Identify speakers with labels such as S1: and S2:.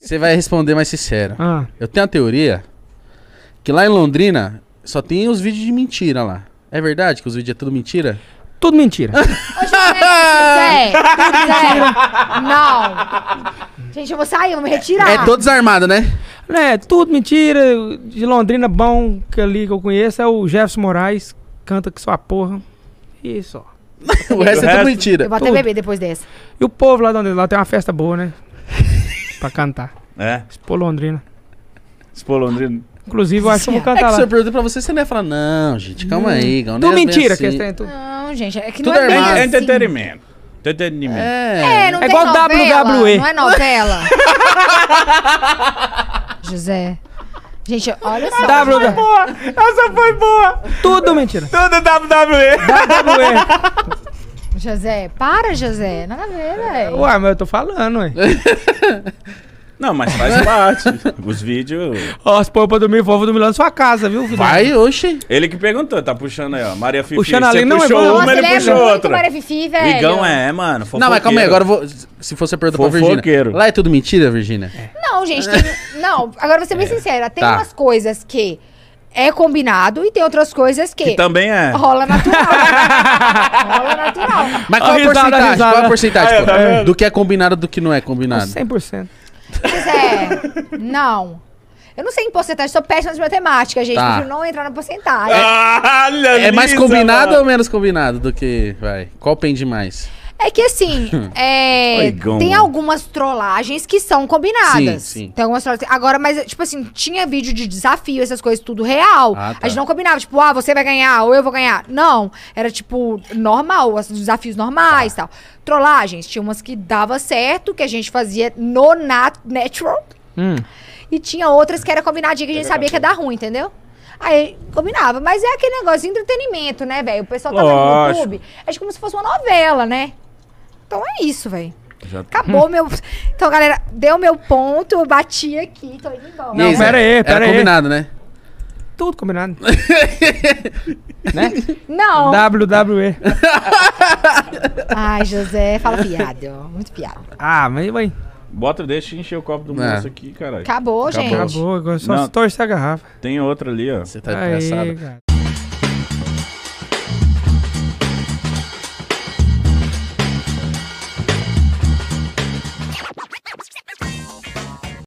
S1: Você vai responder mais sincero.
S2: Ah,
S1: Eu tenho a teoria que lá em Londrina só tem os vídeos de mentira lá. É verdade que os vídeos é tudo mentira?
S2: tudo mentira.
S3: Ô, José, Zé, Zé, não. Gente, eu vou sair, eu vou me retirar.
S1: É todo desarmado, né?
S2: É, tudo mentira. De Londrina, bom que ali que eu conheço é o Jefferson Moraes, canta que sua porra. E só.
S1: O resto é
S4: resto-
S1: tudo mentira.
S3: Eu vou até
S2: tudo.
S3: beber depois dessa.
S2: E o povo lá de onde? Lá tem uma festa boa, né? pra cantar.
S4: É.
S2: Pô, Londrina.
S4: Expô Londrina.
S2: Inclusive, eu acho que eu vou
S1: É
S2: cantar
S1: que
S2: lá.
S1: se eu perguntar pra você, você não ia falar, não, gente, calma aí, Gal.
S2: Tudo
S1: não é bem
S2: mentira,
S1: assim."
S2: que eles têm tudo.
S3: Não, gente, é que
S1: Tudo
S3: não é bem
S1: armado.
S4: É
S3: assim.
S4: entretenimento. Entretenimento.
S3: É,
S1: É.
S3: não
S2: É
S3: tem
S2: igual
S3: novela,
S2: WWE.
S3: Não é novela. José. Gente, olha só.
S2: W,
S1: é
S4: Boa! Essa foi boa!
S2: tudo mentira. é.
S4: Tudo WWE!
S2: WWE.
S3: José, para, José. Nada a ver, velho.
S2: Ué, mas eu tô falando, ué.
S4: Não, mas faz parte. Os vídeos.
S2: Ó, se pôr pra dormir, vou vou dormir lá na sua casa, viu? filho?
S1: Vai, oxe.
S4: Ele que perguntou, tá puxando aí, ó. Maria Fifi.
S2: Puxando
S4: Você
S2: ali, não,
S4: puxou
S2: eu vou-
S4: uma,
S3: Nossa,
S4: ele,
S3: ele é
S4: puxou
S3: muito
S4: outra.
S3: Maria Fifi, velho.
S4: Ligão é, mano.
S1: Não, mas calma aí,
S4: fofoqueiro.
S1: agora eu vou. Se fosse eu perguntar pra Virgínia.
S4: Fofoqueiro.
S1: Lá é tudo mentira, Virgínia?
S3: Não, gente, tem... Não, agora vou ser bem
S4: É.
S3: sincera. Tem
S1: Tá.
S3: umas coisas que é combinado e tem outras coisas que...
S4: Que também é.
S3: Rola natural. rola natural.
S1: Mas
S2: A
S1: qual é a
S2: risada, a
S1: porcentagem?
S2: risada.
S1: Qual é a porcentagem?
S4: Aí, ó, tá
S1: pô?
S4: vendo?
S1: do que é combinado do que não é combinado?
S2: 100%.
S3: José, é, não. Eu não sei em porcentagem, sou péssima de matemática, gente.
S1: Tá.
S3: Prefiro não entrar na porcentagem.
S4: Olha,
S1: É mais
S4: Lisa,
S1: combinado
S4: mano.
S1: ou menos combinado do que. Vai. Qual pende mais?
S3: É que assim, é,
S4: Oi, Gão.
S3: tem algumas trollagens que são combinadas.
S1: Sim, sim.
S3: Tem algumas trollagens. Agora, mas, tipo assim, tinha vídeo de desafio, essas coisas, tudo real.
S1: Ah, tá.
S3: A gente não combinava, tipo, ah, você vai ganhar ou eu vou ganhar. Não. Era, tipo, normal, os desafios normais e
S1: Tá.
S3: tal. Trollagens, tinha umas que dava certo, que a gente fazia no nat natural.
S2: Hum.
S3: E tinha outras que era combinadinha que a gente sabia que ia dar ruim, entendeu? Aí combinava, mas é aquele negócio de entretenimento, né, velho? O pessoal tá vendo no
S4: Lógico.
S3: YouTube. É como se fosse uma novela, né? Então é isso, velho.
S4: Já-
S3: Acabou meu. Então, galera, deu meu ponto, eu bati aqui, tô indo embora.
S2: Não,
S1: Isa,
S2: pera aí, pera
S1: Era
S2: aí.
S1: combinado, né?
S2: Tudo combinado. né?
S3: Não.
S2: WWE.
S3: Ai, José, fala piada, ó, muito piada.
S2: Ah, mas vai.
S4: Bota, deixa encher o copo do
S1: É.
S4: moço aqui, caralho.
S3: Acabou, gente.
S1: Acabou.
S2: Acabou, agora só
S4: Não.
S2: torce a garrafa.
S4: Tem outra ali, ó.
S1: Você tá
S2: Aí,
S1: desgraçado.
S2: cara.